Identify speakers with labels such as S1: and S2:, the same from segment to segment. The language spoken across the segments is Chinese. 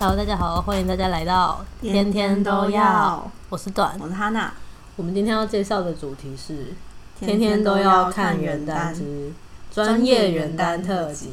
S1: Hello，大家好，欢迎大家来到
S2: 天天都要，
S1: 我是短。
S2: 我是哈娜，
S1: 我们今天要介绍的主题是
S2: 天天都要看
S1: 元
S2: 元
S1: 旦
S2: 旦
S1: 之专
S2: 专
S1: 业
S2: 业
S1: 元
S2: 元
S1: 旦
S2: 旦
S1: 特
S2: 特
S1: 辑。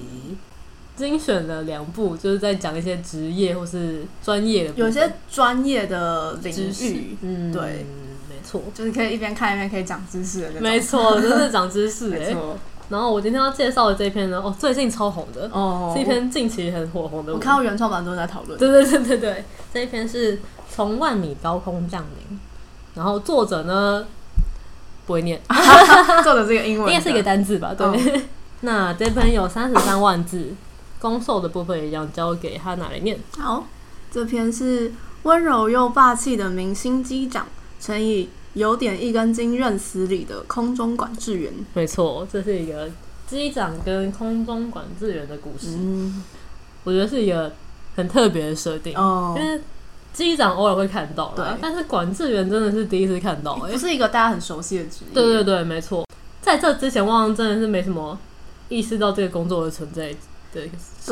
S1: 精选了两部，就是在讲一些职业或是专业的部分，
S2: 有些专业的领
S1: 知识
S2: 域，，
S1: 嗯，
S2: 对，
S1: 没错，
S2: 就是可以一边看一边可以讲知识的那种。
S1: 没错，真是长知识哎、
S2: 没错，
S1: 然后我今天要介绍的这篇呢，哦，最近超红的，
S2: 哦
S1: 这篇近期很火红的文，
S2: 我我看到原创版都在讨 论，
S1: 对对对对对，这一篇是从万米高空降临，然后作者呢不会念，啊
S2: 作者是一个英文
S1: 应该
S2: 的，
S1: 是一个单字吧？对。
S2: 哦
S1: 那这篇有三十三万字，攻受的部分也一样交给他拿来念。
S2: 好，这篇是温柔又霸气的明星机长乘以有点一根筋认死理的空中管制员。
S1: 没错，这是一个机长跟空中管制员的故事，
S2: 嗯，
S1: 我觉得是一个很特别的设定，
S2: 哦
S1: 因，为机长偶尔会看到啦
S2: 对，
S1: 但是管制员真的是第一次看到、欸，
S2: 不是一个大家很熟悉的职业。
S1: 对对对，没错。在这之前，汪洋真的是没什么意识到这个工作的存在的时候。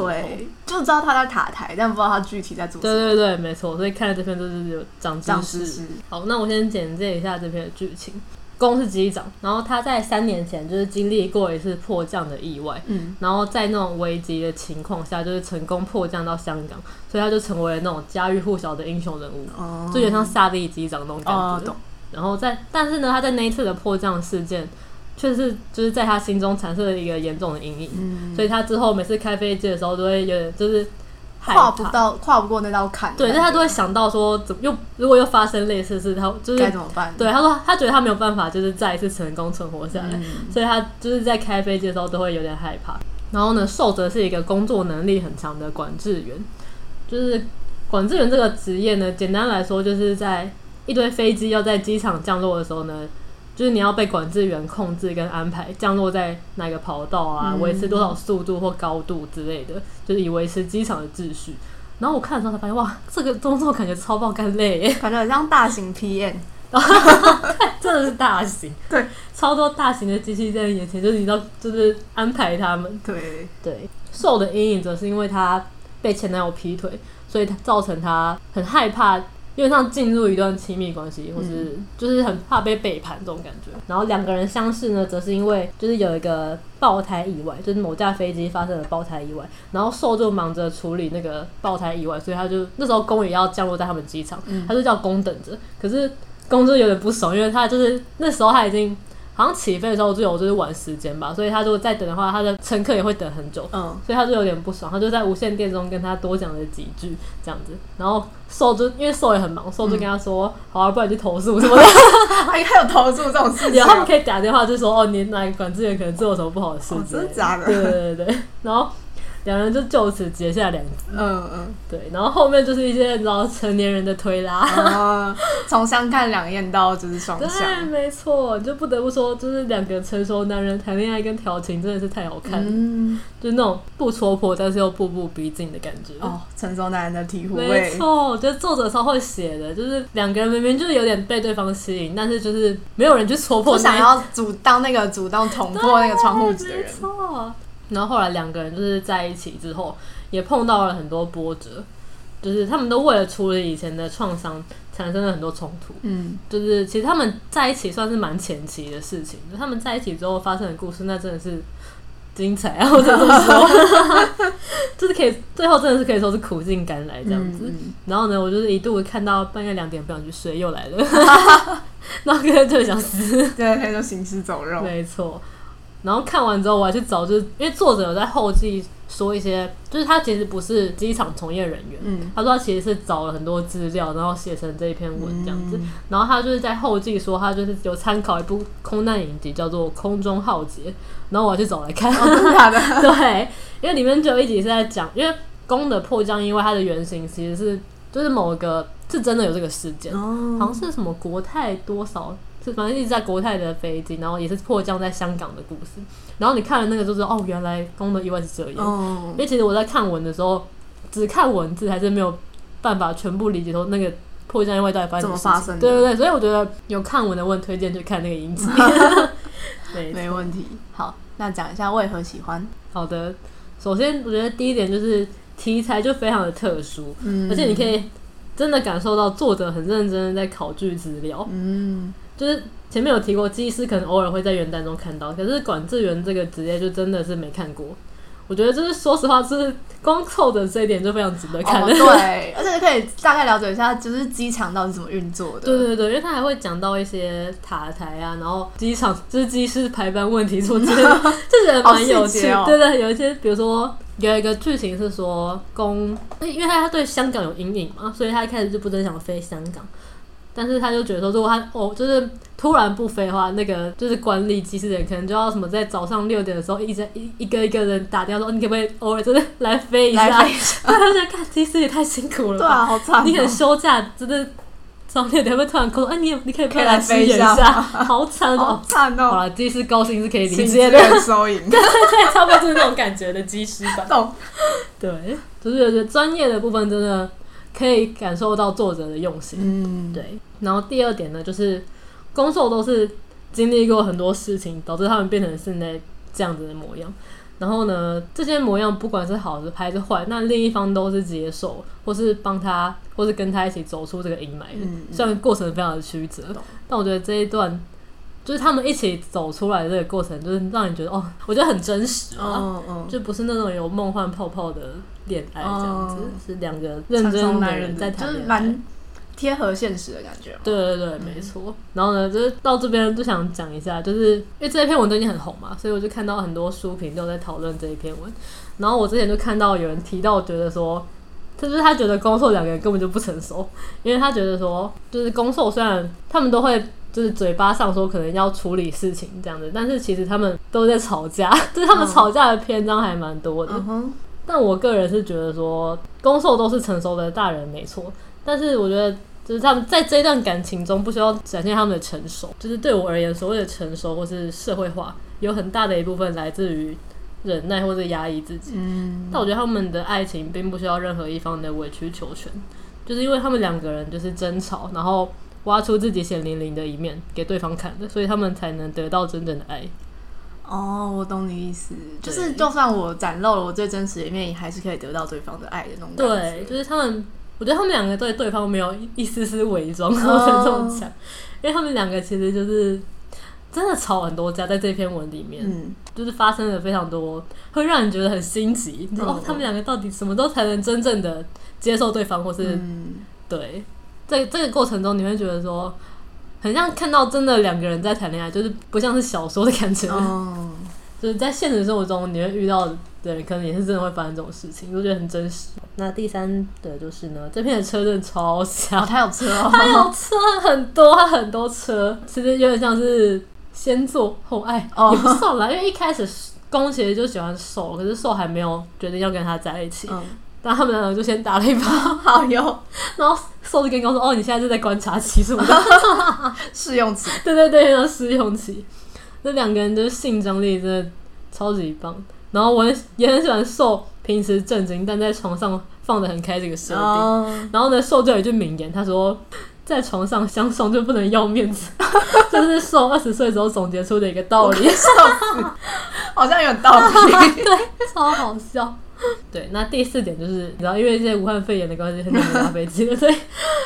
S2: 对，就知道他在塔台，但不知道他具体在做什
S1: 对
S2: 么。
S1: 对对，没错。所以看了这篇就是有长知
S2: 长
S1: 识。
S2: 知识，
S1: 好，那我先简介一下这篇的剧情。公是机长，然后他在三年前就是经历过一次迫降的意外，
S2: 嗯，
S1: 然后在那种危急的情况下，就是成功迫降到香港，所以他就成为了那种家喻户晓的英雄人物，
S2: 哦
S1: 嗯就有点像萨利机长那种感觉。
S2: 哦，懂。
S1: 然后在，但是呢，他在那一次的迫降事件，却是就是在他心中产生了一个严重的阴影，
S2: 嗯
S1: 所以他之后每次开飞机的时候都会有点就是害
S2: 跨
S1: 怕，
S2: 不到、跨不过那道坎，
S1: 对，就他都会想到说，怎么又如果又发生类似事，他就是
S2: 该怎么办？
S1: 对他啊说他觉得他没有办法就是再一次成功存活下来，
S2: 嗯，
S1: 所以他就是在开飞机的时候都会有点害怕。然后呢，受则是一个工作能力很强的管制员，就是管制员这个职业呢，简单来说就是在一堆飞机要在机场降落的时候呢，就是你要被管制员控制跟安排降落在哪个跑道啊，
S2: 嗯
S1: 维持多少速度或高度之类的，就是以维持机场的秩序。然后我看的时候才发现，哇，这个工作感觉超爆干累耶，
S2: 感觉很像大型 PM，
S1: 真的是大型，
S2: 对，
S1: 超多大型的机器在你眼前，就是你要就是安排他们。
S2: 对，
S1: 对，受的阴影则是因为她被前男友劈腿，所以她造成她很害怕，因为像进入一段亲密关系，或是就是很怕被背叛这种感觉。然后两个人相识呢，则是因为就是有一个爆胎意外，就是某架飞机发生了爆胎意外，然后受就忙着处理那个爆胎意外，所以他就那时候公也要降落在他们机场，
S2: 嗯
S1: 他就叫公等着，可是公就有点不爽，因为他就是那时候他已经。好像起飞的时候就有就是晚时间吧，所以他如果再等的话，他的乘客也会等很久。
S2: 嗯，
S1: 所以他就有点不爽，他就在无线电中跟他多讲了几句这样子，然后兽就因为兽也很忙，兽就跟他说，好啊，不然你去投诉什么的，
S2: 还还有投诉这种事情
S1: 然后他们
S2: 啊，
S1: 可以打电话就说，哦，你哪个管制员可能做了什么不好的事
S2: 哦
S1: 之类
S2: 真的假
S1: 对
S2: 的？
S1: 对对对，然后两人就就此结下梁子，
S2: 嗯
S1: 对，然后后面就是一些你知道成年人的推拉，
S2: 嗯，啊，从相看两厌到就是双
S1: 对，
S2: 向，
S1: 没错，就不得不说，就是两个成熟男人谈恋爱跟调情真的是太好看了，
S2: 嗯，
S1: 就那种不戳破但是又步步逼近的感觉，
S2: 哦，成熟男人的体会，
S1: 没错，我觉得作者超会写的，就是两个人明明就是有点被对方吸引，但是就是没有人去戳破
S2: 不
S1: 那一层。
S2: 想要主当那个主动捅破那个窗户纸的
S1: 没
S2: 人，
S1: 错。然后后来两个人就是在一起之后，也碰到了很多波折，就是他们都为了处理以前的创伤，产生了很多冲突。
S2: 嗯，
S1: 就是其实他们在一起算是蛮前期的事情，就他们在一起之后发生的故事，那真的是精彩啊！我只能这么说，就是可以最后真的是可以说是苦尽甘来这样子。
S2: 嗯，
S1: 然后呢，我就是一度看到半夜两点不想去睡，又来了， 然后哥就想死，
S2: 嗯对，他就行尸走肉，
S1: 没错。然后看完之后，我还去找，就是因为作者有在后记说一些，就是他其实不是机场从业人员，
S2: 嗯，
S1: 他说他其实是找了很多资料，然后写成这一篇文这样子。
S2: 嗯
S1: 然后他就是在后记说，他就是有参考一部空难影集，叫做《空中浩劫》，然后我还去找来看。
S2: 哦，真的 假 的？
S1: 对，因为里面就有一集是在讲，因为公的迫降，因为它的原型其实是就是某个是真的有这个事件，好
S2: 哦
S1: 像是什么国泰多少，是反正一直在国泰的飞机，然后也是迫降在香港的故事。然后你看了那个就是哦，原来公的意外是这样。
S2: 哦
S1: 因为其实我在看文的时候，只看文字还是没有办法全部理解说那个迫降意外到底发生什
S2: 怎么
S1: 么
S2: 发
S1: 事情
S2: 生的
S1: 对对对，所以我觉得有看文的问推荐去看那个影 集。 对，
S2: 没问题。好，那讲一下为何喜欢。
S1: 好的，首先我觉得第一点就是题材就非常的特殊，
S2: 嗯
S1: 而且你可以真的感受到作者很认真的在考据资料。
S2: 嗯
S1: 就是前面有提过，技师可能偶尔会在元旦中看到，可是管制员这个职业就真的是没看过。我觉得就是说实话，就是光凑着这一点就非常值得看
S2: 哦
S1: 了。
S2: 对，而且可以大概了解一下，就是机场到底是怎么运作的。
S1: 对对对，因为他还会讲到一些塔台啊，然后机场就是机师排班问题什 么之类的，就觉得蛮有
S2: 好细
S1: 趣。
S2: 节哦
S1: 对对，有一些比如说有一个剧情是说公，因为他对香港有阴影嘛，所以他一开始就不真想飞香港。但是他就觉得说，如果他哦，就是突然不飞的话，那个就是管理机师人可能就要什么，在早上六点的时候，一直一一个一个人打电话说，哦你可不可以偶尔就是来飞一下？
S2: 来飞
S1: 对，他就觉得看机师也太辛苦了吧。
S2: 对啊，好惨哦、
S1: 你可能休假真的早点，你会突然扣说，哎、你也你可以
S2: 可
S1: 过
S2: 以
S1: 来
S2: 来
S1: 支
S2: 飞一
S1: 援
S2: 下
S1: 下， 好惨
S2: 好
S1: 哦。
S2: 惨
S1: 好
S2: 哦、
S1: 了，技师高薪是可以理
S2: 请
S1: 解
S2: 接
S1: 的，
S2: 人收银，
S1: 对， 差不多就是那种感觉的技师 吧。
S2: 懂？
S1: 对，就是我觉得专业的部分真的可以感受到作者的用心。
S2: 嗯，
S1: 对，然后第二点呢，就是攻受都是经历过很多事情，导致他们变成现在这样子的模样。然后呢，这些模样不管是好的还是坏，那另一方都是接受，或是帮他，或是跟他一起走出这个阴霾的。
S2: 嗯嗯
S1: 虽然过程非常的曲折
S2: 懂，
S1: 但我觉得这一段就是他们一起走出来的这个过程，就是让你觉得哦，我觉得很真实啊。
S2: 嗯嗯，
S1: 就不是那种有梦幻泡泡的恋爱这样子，
S2: 哦
S1: 是两个认真的人在
S2: 就
S1: 谈
S2: 是
S1: 恋爱，
S2: 蛮贴合现实的感觉嘛。
S1: 对对对，没错。然后呢，就是到这边就想讲一下，就是因为这一篇文最近很红嘛，所以我就看到很多书评都有在讨论这一篇文。然后我之前就看到有人提到，觉得说，他就是他觉得攻受两个人根本就不成熟，因为他觉得说，就是攻受虽然他们都会。就是嘴巴上说可能要处理事情这样子，但是其实他们都在吵架， 就是他们
S2: 嗯
S1: 吵架的篇章还蛮多的。
S2: 嗯哼，
S1: 但我个人是觉得说，攻受都是成熟的大人没错，但是我觉得就是他们在这一段感情中不需要展现他们的成熟，就是对我而言，所谓的成熟或是社会化，有很大的一部分来自于忍耐或者压抑自己。
S2: 嗯，
S1: 但我觉得他们的爱情并不需要任何一方的委曲求全，就是因为他们两个人就是争吵，然后挖出自己血淋淋的一面给对方看的，所以他们才能得到真正的爱。
S2: 哦，我懂你意思，就是
S1: 对
S2: 就算我展露了我最真实的一面，也还是可以得到对方的爱的那种感觉。
S1: 对，就是他们，我觉得他们两个对对方没有一丝丝伪
S2: 哦
S1: 装，我只能这么讲，因为他们两个其实就是真的吵很多架，在这篇文里面，
S2: 嗯，
S1: 就是发生了非常多，会让你觉得很心急，你说
S2: 嗯
S1: 哦，他们两个到底什么时候才能真正的接受对方，或是、
S2: 嗯，
S1: 对，在这个过程中，你会觉得说。很像看到真的两个人在谈恋爱，就是不像是小说的感觉，
S2: 哦，
S1: 就是在现实生活中你会遇到的人，可能也是真的会发生这种事情，我觉得很真实。那第三的就是呢，这片的车真的超
S2: 然
S1: 小
S2: 后，他有车哦，
S1: 它有哎车很多，它很多车，其实有点像是先做后爱，
S2: 哦
S1: 也不算啦，因为一开始宫其实就喜欢受，可是受还没有决定要跟他在一起，
S2: 嗯，
S1: 然后他们两个就先打了一炮，
S2: 好有
S1: 然后受就跟宫说：“哦，你现在就在观察期什么的。”
S2: 试用期，
S1: 对对对，然后试用期，这两个人的性张力真的超级棒。然后我很也很喜欢受平时正经但在床上放得很开这个设定。
S2: 哦，
S1: 然后呢，受就有一句名言，他说：“在床上相送就不能要面子。” 这是受二十岁之后总结出的一个道 理，
S2: 好像有 道理。
S1: 超好笑。对，那第四点就是，你知道，因为现在武汉肺炎的关系，很久没搭飞机了，所以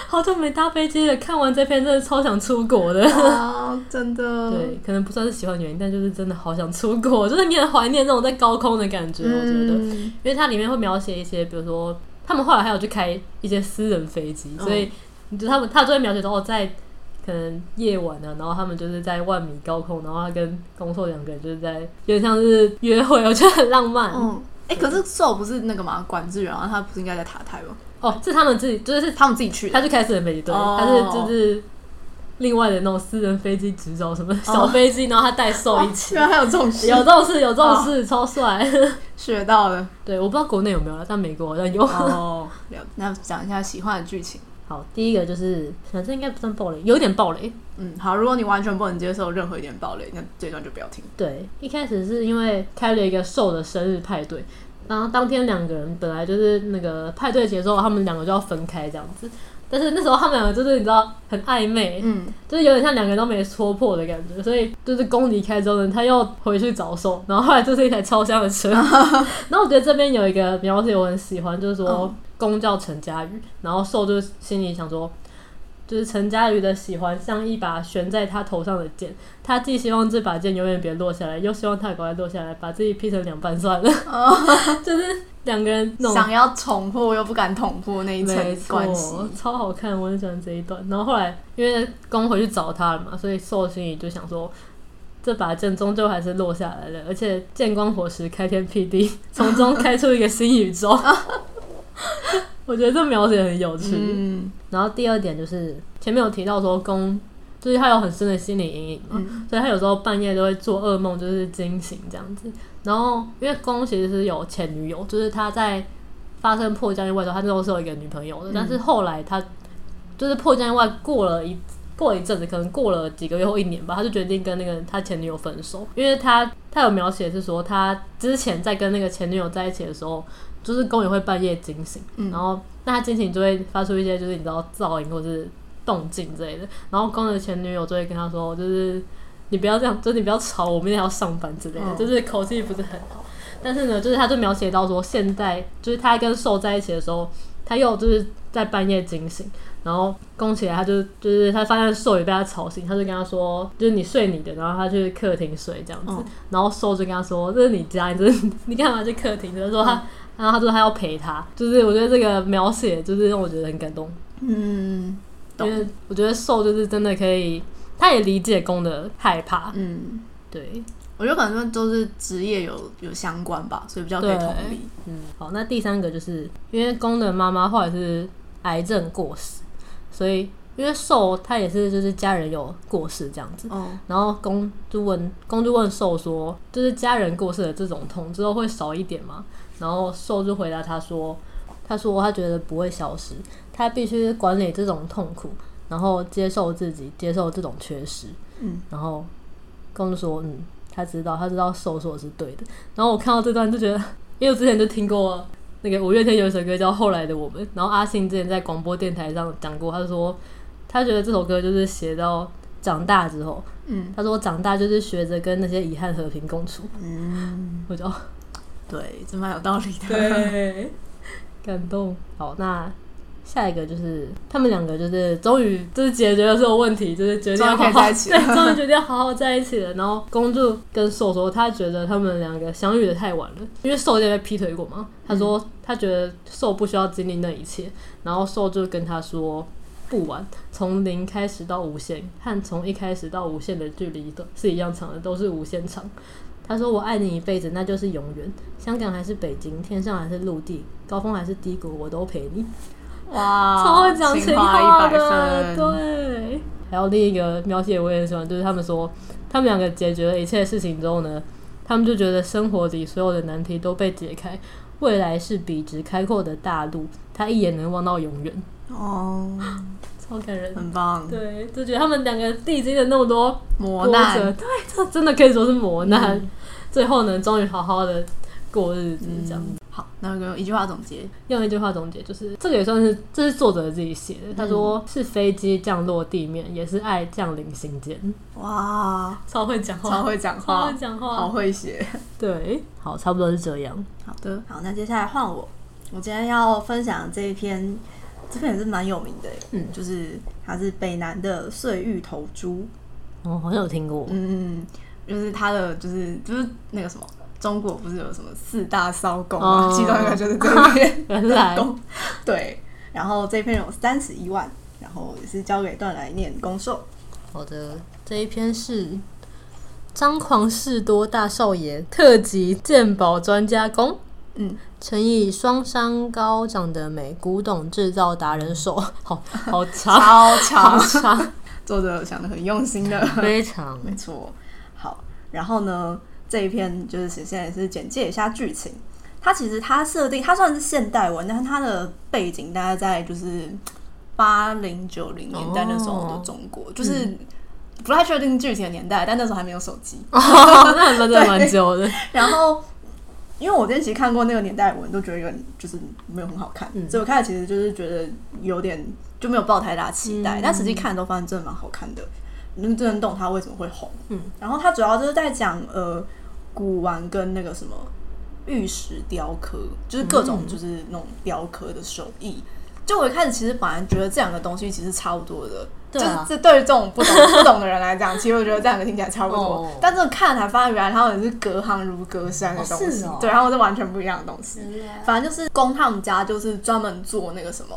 S1: 好久没搭飞机了。看完这篇，真的超想出国的。
S2: 哦，真的，
S1: 对，可能不算是喜欢的原因，但就是真的好想出国， 就是你很怀念那种在高空的感觉。我觉得，因
S2: 嗯
S1: 为它里面会描写一些，比如说他们后来还有去开一些私人飞机，所以
S2: 嗯
S1: 你就他们他就会描写到哦，在可能夜晚呢、然后他们就是在万米高空，然后他跟工作两个人就是在有点像是约会，我觉得很浪漫。
S2: 嗯，哎、可是兽不是那个嘛管制员啊，他不是应该在塔台吗？
S1: 哦，是他们自己，就是
S2: 他们自己去的。
S1: 他去开私人飞机，对，
S2: 哦
S1: 他是就是。另外的那种私人飞机执照什么
S2: 哦
S1: 小飞机，然后他 带兽一起，
S2: 居然哦还有这种事，
S1: 有这种事，有这
S2: 哦
S1: 种事，超帅。
S2: 学 到了。
S1: 对，我不知道国内有没有啊了，但美国好像有。
S2: 哦，了那讲一下喜欢的剧情。
S1: 好，第一个就是，反正应该不算暴雷，有点暴雷。
S2: 嗯，好，如果你完全不能接受任何一点暴雷，那这段就不要听。
S1: 对，一开始是因为开了一个瘦的生日派对，然后当天两个人本来就是那个派对结束后，他们两个就要分开这样子。但是那时候他们两个就是你知道很暧昧，
S2: 嗯，
S1: 就是有点像两个人都没戳破的感觉，所以就是公离开之后呢，他又回去找兽，然后后来就是一台超香的车。然后我觉得这边有一个描写我很喜欢，就是说
S2: 嗯
S1: 公叫陈佳瑜，然后兽就是心里想说，就是陈佳瑜的喜欢像一把悬在他头上的剑，他既希望这把剑永远别落下来，又希望它赶快落下来，把自己劈成两半算了。 就是两个人那种
S2: 想要捅破又不敢捅破那一层
S1: 没错
S2: 关系，，
S1: 超好看，我很喜欢这一段。然后后来因为公回去找他了嘛，所以寿心里就想说，这把剑终究还是落下来了，而且剑光火石开天辟 地，从中开出一个新宇宙。 我觉得这描写很有趣。
S2: 嗯
S1: 然后第二点就是前面有提到说公，就是他有很深的心理阴影嘛，
S2: 嗯
S1: 所以他有时候半夜都会做噩梦，就是惊醒这样子。然后因为公其实是有前女友，就是他在发生破降意外的时候，他那时候是有一个女朋友的，
S2: 嗯
S1: 但是后来他就是破降意外过了一。过了一阵子，可能过了几个月或一年吧，他就决定跟那个他前女友分手，因为他他有描写是说，他之前在跟那个前女友在一起的时候，就是公也会半夜惊醒，
S2: 嗯
S1: 然后那他惊醒就会发出一些就是你知道噪音或是动静之类的，然后公的前女友就会跟他说，就是你不要这样，就是你不要吵我，明天还要上班之类的，
S2: 嗯
S1: 就是口气不是很好。但是呢，就是他就描写到说，现在就是他跟受在一起的时候，他又就是在半夜惊醒，然后公起来，他就就是他发现兽也被他吵醒，他就跟他说，就是你睡你的，然后他去客厅睡这样子，
S2: 嗯
S1: 然后兽就跟他说，这是你家，你这 是你干嘛去客厅？他说他，然后他说他要陪他，就是我觉得这个描写就是让我觉得很感动，
S2: 嗯
S1: 因
S2: 懂
S1: 为我觉得兽就是真的可以，他也理解公的害怕，
S2: 嗯，
S1: 对，
S2: 我觉得可能都是职业有有相关吧，所以比较可以同理。
S1: 嗯，好，那第三个就是因为公的妈妈后来是癌症过世，所以因为兽他也是就是家人有过世这样子，
S2: 哦，
S1: 然后公就问公就问兽说，就是家人过世的这种痛之后会少一点吗？然后兽就回答他说，他说他觉得不会消失，他必须管理这种痛苦，然后接受自己，接受这种缺失。
S2: 嗯，
S1: 然后公就说，嗯，他知道，他知道兽说的是对的。然后我看到这段就觉得，因为我之前就听过那个五月天有一首歌叫《后来的我们》，然后阿信之前在广播电台上讲过，他就说他觉得这首歌就是写到长大之后。
S2: 嗯
S1: 他说长大就是学着跟那些遗憾和平共处。
S2: 嗯，
S1: 我就 哦
S2: 对，这蛮有道理的。，
S1: 感动。好，那下一个就是他们两个就是终于就是解决了这个问题，就是决定要好
S2: 终于可以
S1: 好
S2: 在一起 了
S1: 对，终于决定要好好在一起了。然后公主跟兽说，他觉得他们两个相遇的太晚了，因为兽也被劈腿过嘛。他
S2: 嗯
S1: 说他觉得兽不需要经历那一切，然后兽就跟他说。不晚，从零开始到无限，和从一开始到无限的距离都是一样长的，都是无限长。他说：“我爱你一辈子，那就是永远。香港还是北京，天上还是陆地，高峰还是低谷，我都陪你。
S2: 哇，
S1: 超会讲
S2: 情
S1: 话
S2: 话哦一百
S1: 的，
S2: 分，
S1: 对。还有另一个描写我也很喜欢，就是他们说，他们两个解决了一切事情之后呢，他们就觉得生活里所有的难题都被解开，未来是笔直开阔的大路，他一眼能望到永远，
S2: 哦，
S1: 超感人。
S2: 很棒，
S1: 对，就觉得他们两个历经了那么多
S2: 磨
S1: 波折
S2: 难，嗯
S1: 对，这真的可以说是磨难。最后呢，终于好好的过日子，这样、
S2: 嗯，好，那我用一句话总结，
S1: 用一句话总结，就是这个也算是这是作者自己写的，他说是飞机降落地面，也是爱降临心间，
S2: 哇，
S1: 超会讲话，
S2: 超会讲
S1: 超
S2: 话
S1: 会，讲话，
S2: 好会写。
S1: 对，好，差不多是这样。
S2: 好的，好，那接下来换我。我今天要分享这一篇，这篇也是蛮有名的耶，欸
S1: 嗯
S2: 就是它是北南的《碎玉投珠》，
S1: 哦，好像有听过，
S2: 嗯，就是它的就是就是那个什么，中国不是有什么四大骚宫
S1: 哦
S2: 嘛，其中一个就是这篇
S1: 原来
S2: 宫， 对，然后这篇有三十一万，然后也是交给段来念攻受，
S1: 好的，这一篇是张狂士多大少爷特级鉴宝专家公。
S2: 嗯，
S1: 乘以双山高长得美，古董制造达人手，好好 长，
S2: 超强
S1: 好，长，
S2: 作者想的很用心的，
S1: 非 常
S2: 没错。好，然后呢，这一篇就是现在是简介一下剧情。它其实它设定它算是现代文，但是它的背景大概在就是八零九零年代那时候的中国，就是不太确定具体的年代，但那时候还没有手机。
S1: 哦，那真的蛮久的。
S2: 然后因为我之前其实看过那个年代的文，都觉得有点就是没有很好看，
S1: 嗯
S2: 所以我开始其实就是觉得有点就没有抱太大期待，
S1: 嗯
S2: 但实际看都发现真的蛮好看的，能真的懂它为什么会红。
S1: 嗯，
S2: 然后它主要就是在讲呃古玩跟那个什么玉石雕刻，就是各种
S1: 嗯
S2: 就是那种雕刻的手艺。就我一开始其实本来觉得这两个东西其实差不多的，
S1: 对啊
S2: 就是这对于这种不懂 不懂的人来讲，其实我觉得这两个听起来差不多，
S1: 哦
S2: 但真的看了才发现原来他们是隔行如隔山的
S1: 哦
S2: 东
S1: 是
S2: 西，
S1: 哦
S2: 对，他们是完全不一样的东西。
S1: 原来
S2: 反正就是公他们家就是专门做那个什么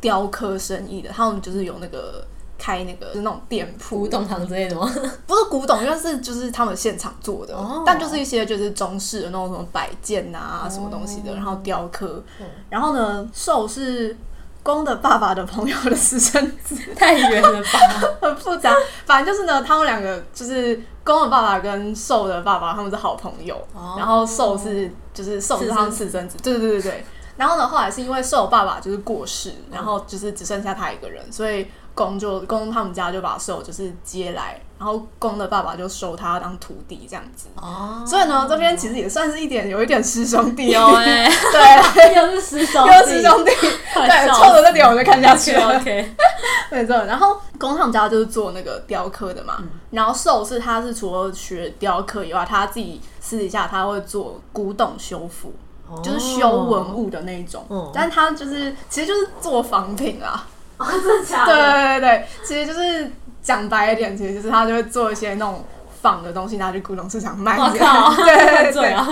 S2: 雕刻生意的，他们就是有那个开那个就是那种店铺，
S1: 古董堂之类的吗？
S2: 不是古董，因为是就是他们现场做的，
S1: 哦
S2: 但就是一些就是中式的那种什么摆件啊、什么东西的，
S1: 哦
S2: 然后雕刻，
S1: 嗯
S2: 然后呢，寿是公的爸爸的朋友的私生子，
S1: 太远了吧？
S2: 很复杂。反正就是呢，他们两个就是公的爸爸跟寿的爸爸，他们是好朋友，
S1: 哦
S2: 然后寿是就是寿是他们私生子，对对对对对。然后呢，后来是因为寿爸爸就是过世，
S1: 嗯
S2: 然后就是只剩下他一个人，所以公就公他们家就把寿就是接来，然后公的爸爸就收他当徒弟这样子。
S1: 哦，
S2: 所以呢，这边其实也算是一点有一点师兄弟
S1: 有
S2: 哦，
S1: 哎、
S2: 对，
S1: 又是师兄弟，
S2: 又是 师兄弟，
S1: 快
S2: 对，
S1: 笑
S2: 凑着这点我就看下去 了。
S1: OK，
S2: 没错，然后工厂家就是做那个雕刻的
S1: 嗯
S2: 嘛，然后寿是他是除了学雕刻以外，他自己私底下他会做古董修复，就是修文物的那一种，
S1: 哦
S2: 但他就是其实就是做仿品啦，
S1: 哦，真的假
S2: 对
S1: 的？
S2: 对对对，其实就是讲白一点，其实就是他就会做一些那种仿的东西拿去古董市场 卖，
S1: 我靠，
S2: 对对 对
S1: 对啊，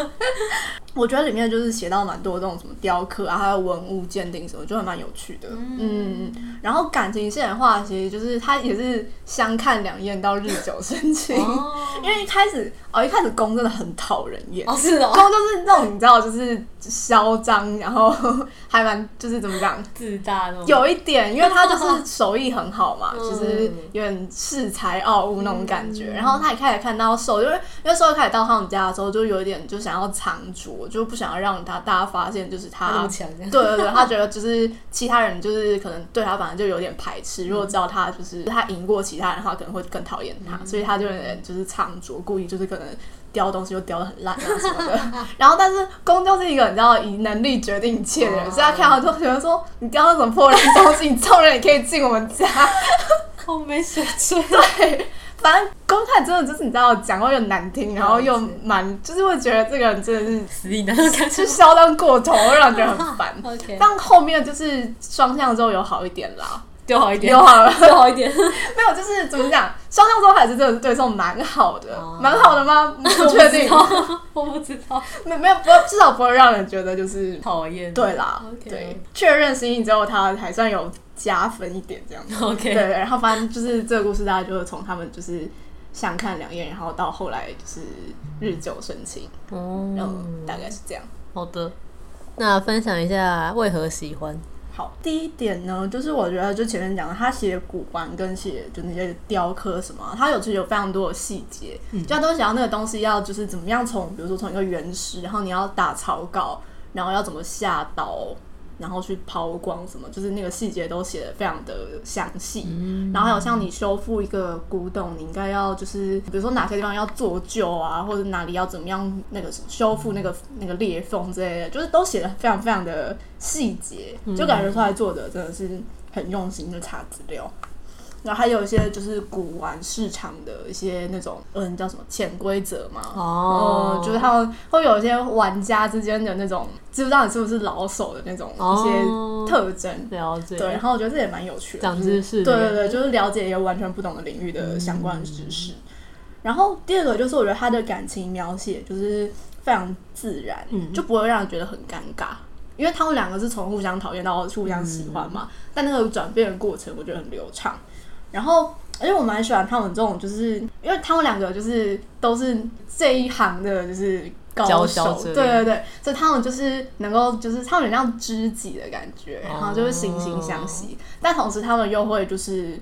S2: 我觉得里面就是写到蛮多这种什么雕刻啊，还有文物鉴定什么，就还蛮有趣的。嗯然后感情线的话，其实就是它也是相看两厌到日久生情，
S1: 哦
S2: 因为一开始哦，一开始公真的很讨人厌。
S1: 哦是哦，
S2: 公就是那种你知道，就是嚣张，然后 还蛮就是怎么讲，
S1: 自大那种，
S2: 有一点，因为他就是手艺很好嘛，
S1: 嗯
S2: 就是有点恃才傲物那种感觉。然后他也开始看到兽，因为因为兽一开始到他们家的时候，就有点就想要藏拙，就不想要让他大家发现，就是
S1: 他那
S2: 他
S1: 么。强这样，
S2: 啊对对对，他觉得就是其他人就是可能对他本来就有点排
S1: 嗯
S2: 斥，如果知道他就是他赢过其他人的话，可能会更讨厌
S1: 嗯
S2: 他，所以他就有点就是藏拙，故意就是可能雕东西就雕的很烂啊什么 的。然后但是公就是一个你知道以能力决定一切的人，
S1: 哦
S2: 所以他看到就觉得说你雕那种破烂东西，你这种人也可以进我们家。
S1: 我哦没水准，
S2: 对，反正公太真的就是你知道讲话又难听，然后又蛮就是会觉得这个人真的是
S1: 死硬的那种感觉。
S2: 就。嚣张过头，会让人觉得很烦
S1: OK，
S2: 但后面就是双向之后有好一点啦，
S1: 丢好一点
S2: 有，好了，
S1: 丢好一点，
S2: 没有就是怎么讲，双向之后还是真的是对送蛮好的
S1: 哦，
S2: 蛮、好的 吗？不
S1: 我不
S2: 确
S1: 知
S2: 定，
S1: 道， 我不知道，
S2: 没没有不会至少不会让人觉得就是
S1: 讨厌。
S2: 对啦
S1: OK
S2: 对，确认心意之后，他还算有加分一点这样子。对，
S1: ，OK，
S2: 然后反正就是这个故事，大家就是从他们就是相看两厌，然后到后来就是日久生情，然后
S1: 哦，
S2: 大概是这样。
S1: 好的。那分享一下为何喜欢？
S2: 好，第一点呢，就是我觉得就前面讲的，他写古玩跟写就那些雕刻什么啊，他有其实有非常多的细节，就他都想要那个东西要就是怎么样从，比如说从一个原石，然后你要打草稿，然后要怎么下刀，然后去抛光什么，就是那个细节都写的非常的详细。然后还有像你修复一个古董，你应该要就是比如说哪些地方要做旧啊，或者哪里要怎么样那个修复那个那个裂缝之类的，就是都写的非常非常的细节，就感觉出来作者真的是很用心去查资料。然后还有一些就是古玩市场的一些那种，嗯，叫什么潜规则嘛，
S1: 哦
S2: 嗯就是他们会有一些玩家之间的那种，知不知道你是不是老手的那种一
S1: 哦
S2: 些特征。
S1: 了解，
S2: 对，然后我觉得这也蛮有趣的，
S1: 长知识嗯
S2: 就是对对对，就是了解一个完全不懂的领域的相关的知识。然后第二个就是我觉得他的感情描写就是非常自然，
S1: 嗯
S2: 就不会让人觉得很尴尬。因为他们两个是从互相讨厌到互相喜欢嘛，
S1: 嗯
S2: 但那个转变的过程我觉得很流畅。然后，而且我蛮喜欢他们这种，就是因为他们两个就是都是这一行的，就是高
S1: 佼
S2: 手
S1: 佼，者
S2: 对对对，所以他们就是能够，就是他们很像知己的感觉，然后就是惺惺
S1: 哦
S2: 相惜。但同时，他们又会就是，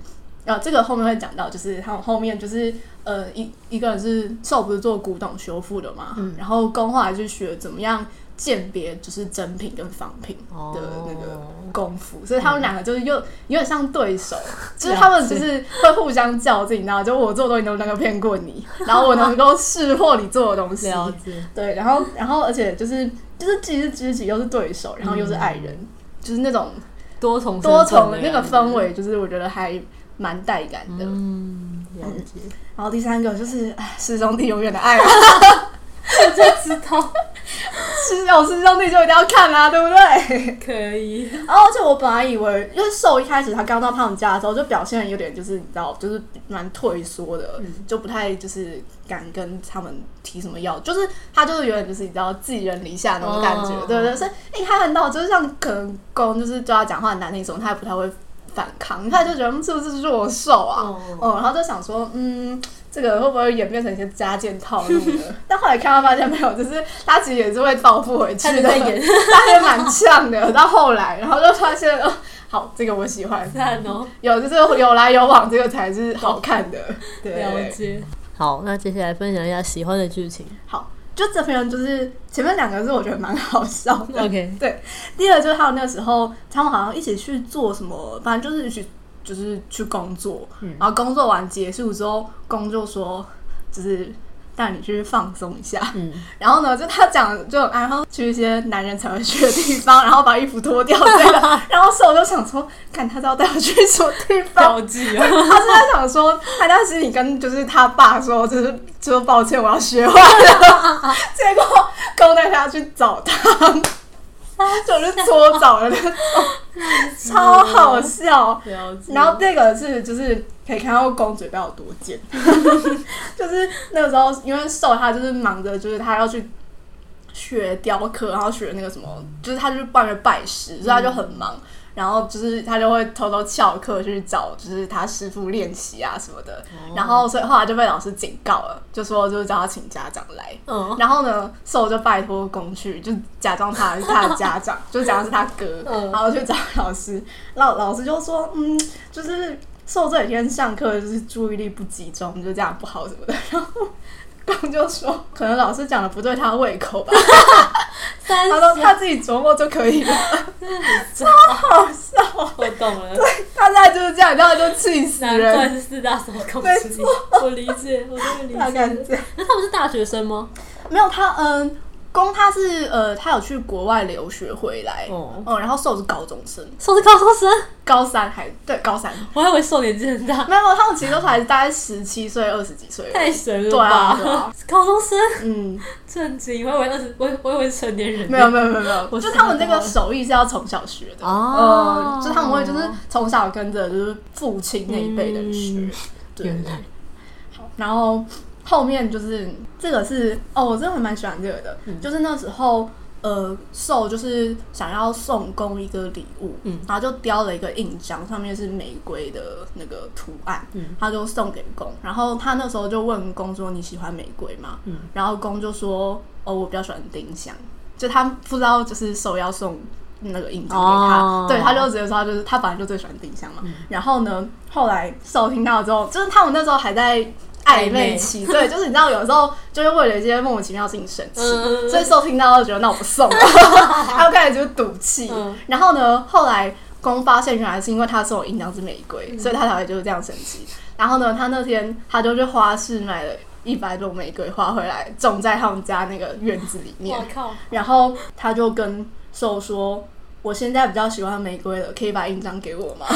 S2: 呃，这个后面会讲到，就是他们后面就是
S1: 嗯
S2: 呃，一一个人是受不是做古董修复的嘛，然后公后来去学怎么样鉴别就是真品跟仿品的那个
S1: 哦嗯
S2: 功夫，所以他们两个就是又有点像 对手，就是他们就是会互相较劲，然后就我做的东西能不能够骗过你，然后我能够识破你做的东西，
S1: 了解，
S2: 对，然后然后而且就是就是既是知己又是对手，然后又是爱人，就是那种
S1: 多重身份
S2: 多重的嗯那
S1: 感
S2: 个
S1: 觉
S2: 氛，围，啊嗯就是我觉得还蛮带感的。
S1: 嗯，了解，
S2: 然后第三个就是哎师兄弟永远的爱啊，
S1: 我就知道
S2: 师有师兄弟就一定要看啊，对不对？
S1: 可以，
S2: 然哦后而且我本来以为，因为兽一开始他刚到他们家的时候，就表现得有点就是你知道，就是蛮退缩的，
S1: 嗯
S2: 就不太就是敢跟他们提什么要，就是他就是有点就是你知道寄人篱下那种感觉，
S1: 哦
S2: 对不对？所以一开看到就是像可能公就是对他讲话很难听什么，他也不太会反抗，他就觉得嗯是不是弱兽啊？
S1: 哦，
S2: 哦，然后就想说，嗯，这个会不会演变成一些加减套路 呢？但后来看到发现没有，就是他其实也是会报复回去
S1: 他就
S2: 的，
S1: 在演
S2: 他也蛮呛的。到后来，然后就发现，哦，好，这个我喜欢，
S1: 赞哦，
S2: 有就是有来有往，这个才是好看的。
S1: 了
S2: 对，
S1: 解。好，那接下来分享一下喜欢的剧情。
S2: 好，就这篇就是前面两个是我觉得蛮好笑的，
S1: OK，
S2: 对，第二就是他们那时候，他们好像一起去做什么，反正就是去就是去工作，
S1: 嗯
S2: 然后工作完结束之后，工就说就是带你去放松一下，
S1: 嗯，
S2: 然后呢，就他讲就很爱然后去一些男人才会去的地方，然后把衣服脱掉这 样，然后所以我就想说，看他是要带我去什么地方。
S1: 记
S2: 他
S1: 哦，
S2: 是在想说，他当时你跟就是他爸说，就是说抱歉，我要学坏了。结果公带他去找他， 就是搓澡的那种，超好笑。
S1: 了解。
S2: 然后这个是就是可以看到公嘴巴有多尖，就是那个时候因为瘦他就是忙着就是他要去学雕刻，然后学那个什么，就是他就是帮人拜师，所以他就很忙。然后就是他就会偷偷翘课去找，就是他师傅练习啊什么的。然后所以后来就被老师警告了，就说就是叫他请家长来。
S1: 嗯，
S2: 然后呢，瘦就拜托公去，就假装他是他的家长，就假装是他哥，
S1: 嗯
S2: 然后去找老师。老老师就说，嗯，就是瘦这几天上课就是注意力不集中，就这样不好什么的。 然后公就说，可能老师讲的不对他胃口吧，
S1: 三
S2: 他说他自己琢磨就可以了，
S1: 十，
S2: 好笑。
S1: 我懂了，
S2: 他现在就是这样，然后就气死
S1: 难怪
S2: 人，
S1: 是四大手控
S2: 没
S1: 之一。我理解，我真
S2: 大概
S1: 的理解。
S2: 是这样。
S1: 那他们是大学生吗？
S2: 没有他，嗯，公他是呃，他有去国外留学回来，
S1: 哦
S2: 嗯，然后瘦是高中生。
S1: 说是高中生，
S2: 高三还对高三，
S1: 我还以为受年纪很大，
S2: 没有，他们其实都才大概十七岁、二十几岁而已。
S1: 太神了
S2: 对啊对
S1: 吧
S2: 啊！
S1: 高中生
S2: 嗯，
S1: 震惊，我以为二十，我以我以为是成年人。
S2: 没有没有没有没 有，
S1: 我
S2: 就
S1: 知道
S2: 他们这个手艺是要从小学的，
S1: 哦
S2: 嗯，就他们会就是从小跟着就是父亲那一辈的人学
S1: 嗯，
S2: 对
S1: 原来
S2: 然后后面就是这个是哦，我真的还蛮喜欢这个的，
S1: 嗯
S2: 就是那时候呃，寿就是想要送公一个礼物，
S1: 嗯
S2: 然后就雕了一个印章，上面是玫瑰的那个图案，
S1: 嗯
S2: 他就送给公，然后他那时候就问公说你喜欢玫瑰吗？
S1: 嗯
S2: 然后公就说哦，我比较喜欢丁香，就他不知道就是寿要送。那个印章给他
S1: 哦嗯
S2: 对，他就直接说他就是他本来就最喜欢丁香嘛。然后呢，后来寿听到之后，就是他们那时候还在暧昧期，对，就是你知道有时候就会为了一些莫名其妙的事情生气，
S1: 嗯
S2: 所以受听到就觉得那我不 送了，他就开始就赌气。
S1: 嗯
S2: 然后呢，后来公发现原来是因为他送我印章是玫瑰，
S1: 嗯
S2: 所以他才会就是这样生气。然后呢，他那天他就去花市买了一百朵玫瑰花回来，种在他们家那个院子里面
S1: 我。靠，
S2: 然后他就跟受说。我现在比较喜欢玫瑰了，可以把印章给我吗？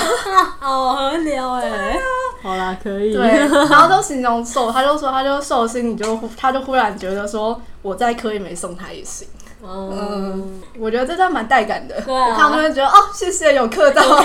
S1: 好合聊哎。好啦，可以。
S2: 啊对，然后就形容瘦，他就说他就瘦心，你就忽他就忽然觉得说，我再刻意没送他也行。
S1: 嗯
S2: 嗯，，我觉得这段蛮带感的，
S1: 对啊
S2: 他们会觉得哦，谢谢有刻到。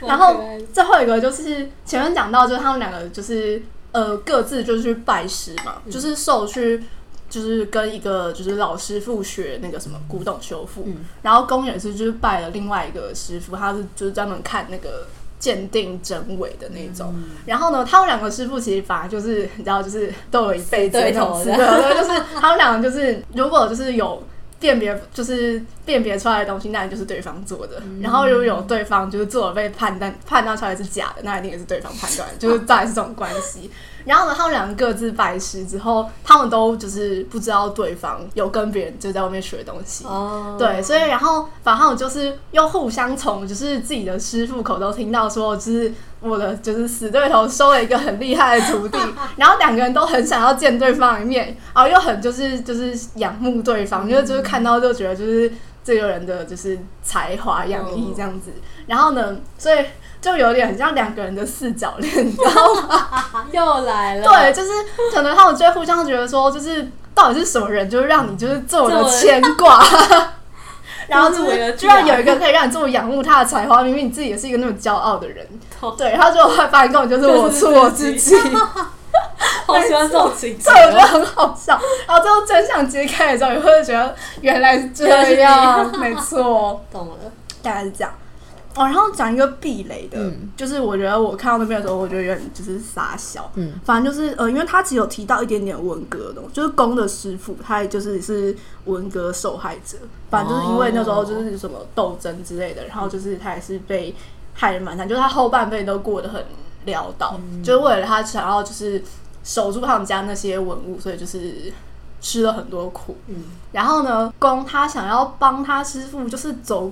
S2: 然后最后一个就是前面讲到，就是他们两个就是呃各自就是去拜师嘛，
S1: 嗯
S2: 就是受去就是跟一个就是老师傅学那个什么古董修复，
S1: 嗯
S2: 然后公也是就是拜了另外一个师傅，他是就是专门看那个。鉴定真伪的那种，
S1: 嗯
S2: 然后呢，他们两个师傅其实反而就是你知道，就是都有一辈子的那种
S1: 死对
S2: 资格，
S1: 头的
S2: 对，就是他们两个就是如果就是有辨别就是辨别出来的东西，那就是对方做的。然后如果有对方就是做了被判断判断出来是假的，那一定也是对方判断，就是大概是这种关系。然后呢，他们两个各自拜师之后，他们都就是不知道对方有跟别人就在外面学东西。
S1: 哦，
S2: 对，所以然后反正我就是又互相从就是自己的师傅口中听到说，就是我的就是死对头收了一个很厉害的 徒弟，然后两个人都很想要见对方一面，然后又很就是就是仰慕对方，因为就是看到就觉得就是这个人的就是才华洋溢这样子，然后呢，所以就有点很像两个人的四角恋，你知道吗？
S1: 又来了，
S2: 对，，啊就是可能他们就会互相觉得说，就是到底是什么人，就是让你就是这么
S1: 这
S2: 的
S1: 么
S2: 牵挂，然后就
S1: 入围了
S2: 是
S1: 居
S2: 居然
S1: 然
S2: 有一个可以让你这么仰慕他的才华，明明你自己也是一个那么骄傲的人，
S1: 好
S2: 对，然后就会发现根本就是我
S1: 就是
S2: 错我
S1: 自
S2: 自
S1: 己
S2: 己，
S1: 好喜欢这种情节
S2: 所以我觉得很好笑。然后最后真相揭开的时候，你会觉得原来是这样，没错。
S1: 懂了，
S2: 大概是这样。哦，然后讲一个避雷的，
S1: 嗯
S2: 就是我觉得我看到那边的时候，我觉得有点就是傻笑。
S1: 嗯，
S2: 反正就是呃，因为他只有提到一点点文革的东西，就是公的师傅，他也就是是文革受害者。反正就是因为那时候就是什么斗争之
S1: 哦
S2: 类的，然后就是他也是被害人蛮惨，就是他后半辈都过得很潦倒，
S1: 嗯
S2: 就是为了他想要就是守住他们家那些文物，所以就是吃了很多苦。
S1: 嗯，
S2: 然后呢，公他想要帮他师傅，就是走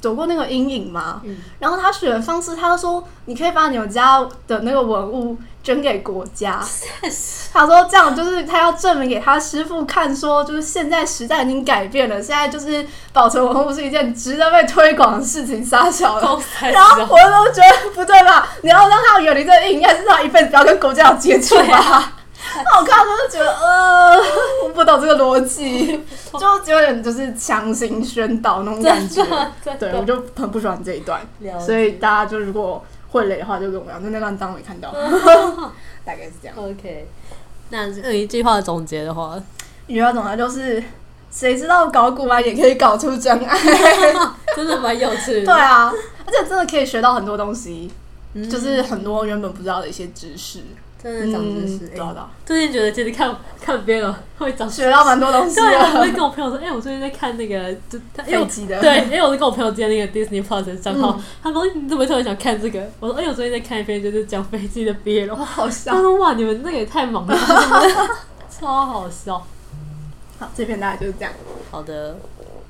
S2: 走过那个阴影嘛。
S1: 嗯
S2: 然后他选的方式，他就说你可以把你们家的那个文物捐给国 家。
S1: 确实，
S2: 他说这样就是他要证明给他师傅看，说就是现在时代已经改变了，现在就是保存文物是一件值得被推广的事情，傻 小 的。
S1: 高材
S2: 然后
S1: 生
S2: 我都觉得不对吧？你要让他远离这个阴影，应该是让他一辈子不要跟国家有接触
S1: 啊
S2: 吧。 那我看到就是觉得，呃，我不懂这个逻辑。
S1: 懂
S2: 就有点就是强行宣导那种感
S1: 真
S2: 觉。
S1: 的真
S2: 对，我
S1: 的，
S2: 就很不喜欢这一段，
S1: 了解
S2: 所以大家就如果会雷的话，就跟我讲，就那段当没 看到，大概是这样。
S1: OK。那这一句话的总结的 话，
S2: 语料总裁就是，谁知道搞古玩也可以搞出真爱？
S1: 真的蛮有趣
S2: 对
S1: 的。
S2: 啊，而且真的可以学到很多东西，
S1: 对
S2: 就是很多原本不知道的一些知识，
S1: 真的长知识。
S2: 嗯
S1: 哎
S2: 对啊对啊
S1: 最近觉得其实看看别人会长知识
S2: 学到蛮多东西啊
S1: 对，我会
S2: 的。
S1: 跟我朋友说，哎、我最近在看那个，就他因为
S2: 飞
S1: 我
S2: 机的，
S1: 对，因为我是跟我朋友借那个 Disney Plus 的账号，
S2: 嗯
S1: 他说你怎么突然想看这个？我说，哎、我最近在看一篇就是讲飞机的 BL，
S2: 哇，好笑
S1: 他。说哇，你们那个也太忙了， 超好笑。
S2: 好，这篇大概就是这样。
S1: 好的，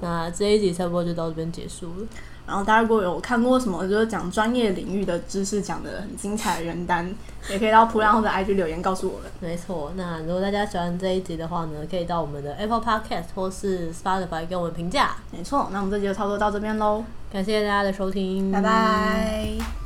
S1: 那这一集差不多就到这边结束了。
S2: 然后大家如果有看过什么就是讲专业领域的知识讲的很精彩的原单，也可以到普浪或者 IG 留言告诉我们。
S1: 没错，那如果大家喜欢这一集的话呢，可以到我们的 Apple Podcast 或是 Spotify 给我们评价。
S2: 没错，那我们这集就差不多到这边喽，
S1: 感谢大家的收听，
S2: 拜拜。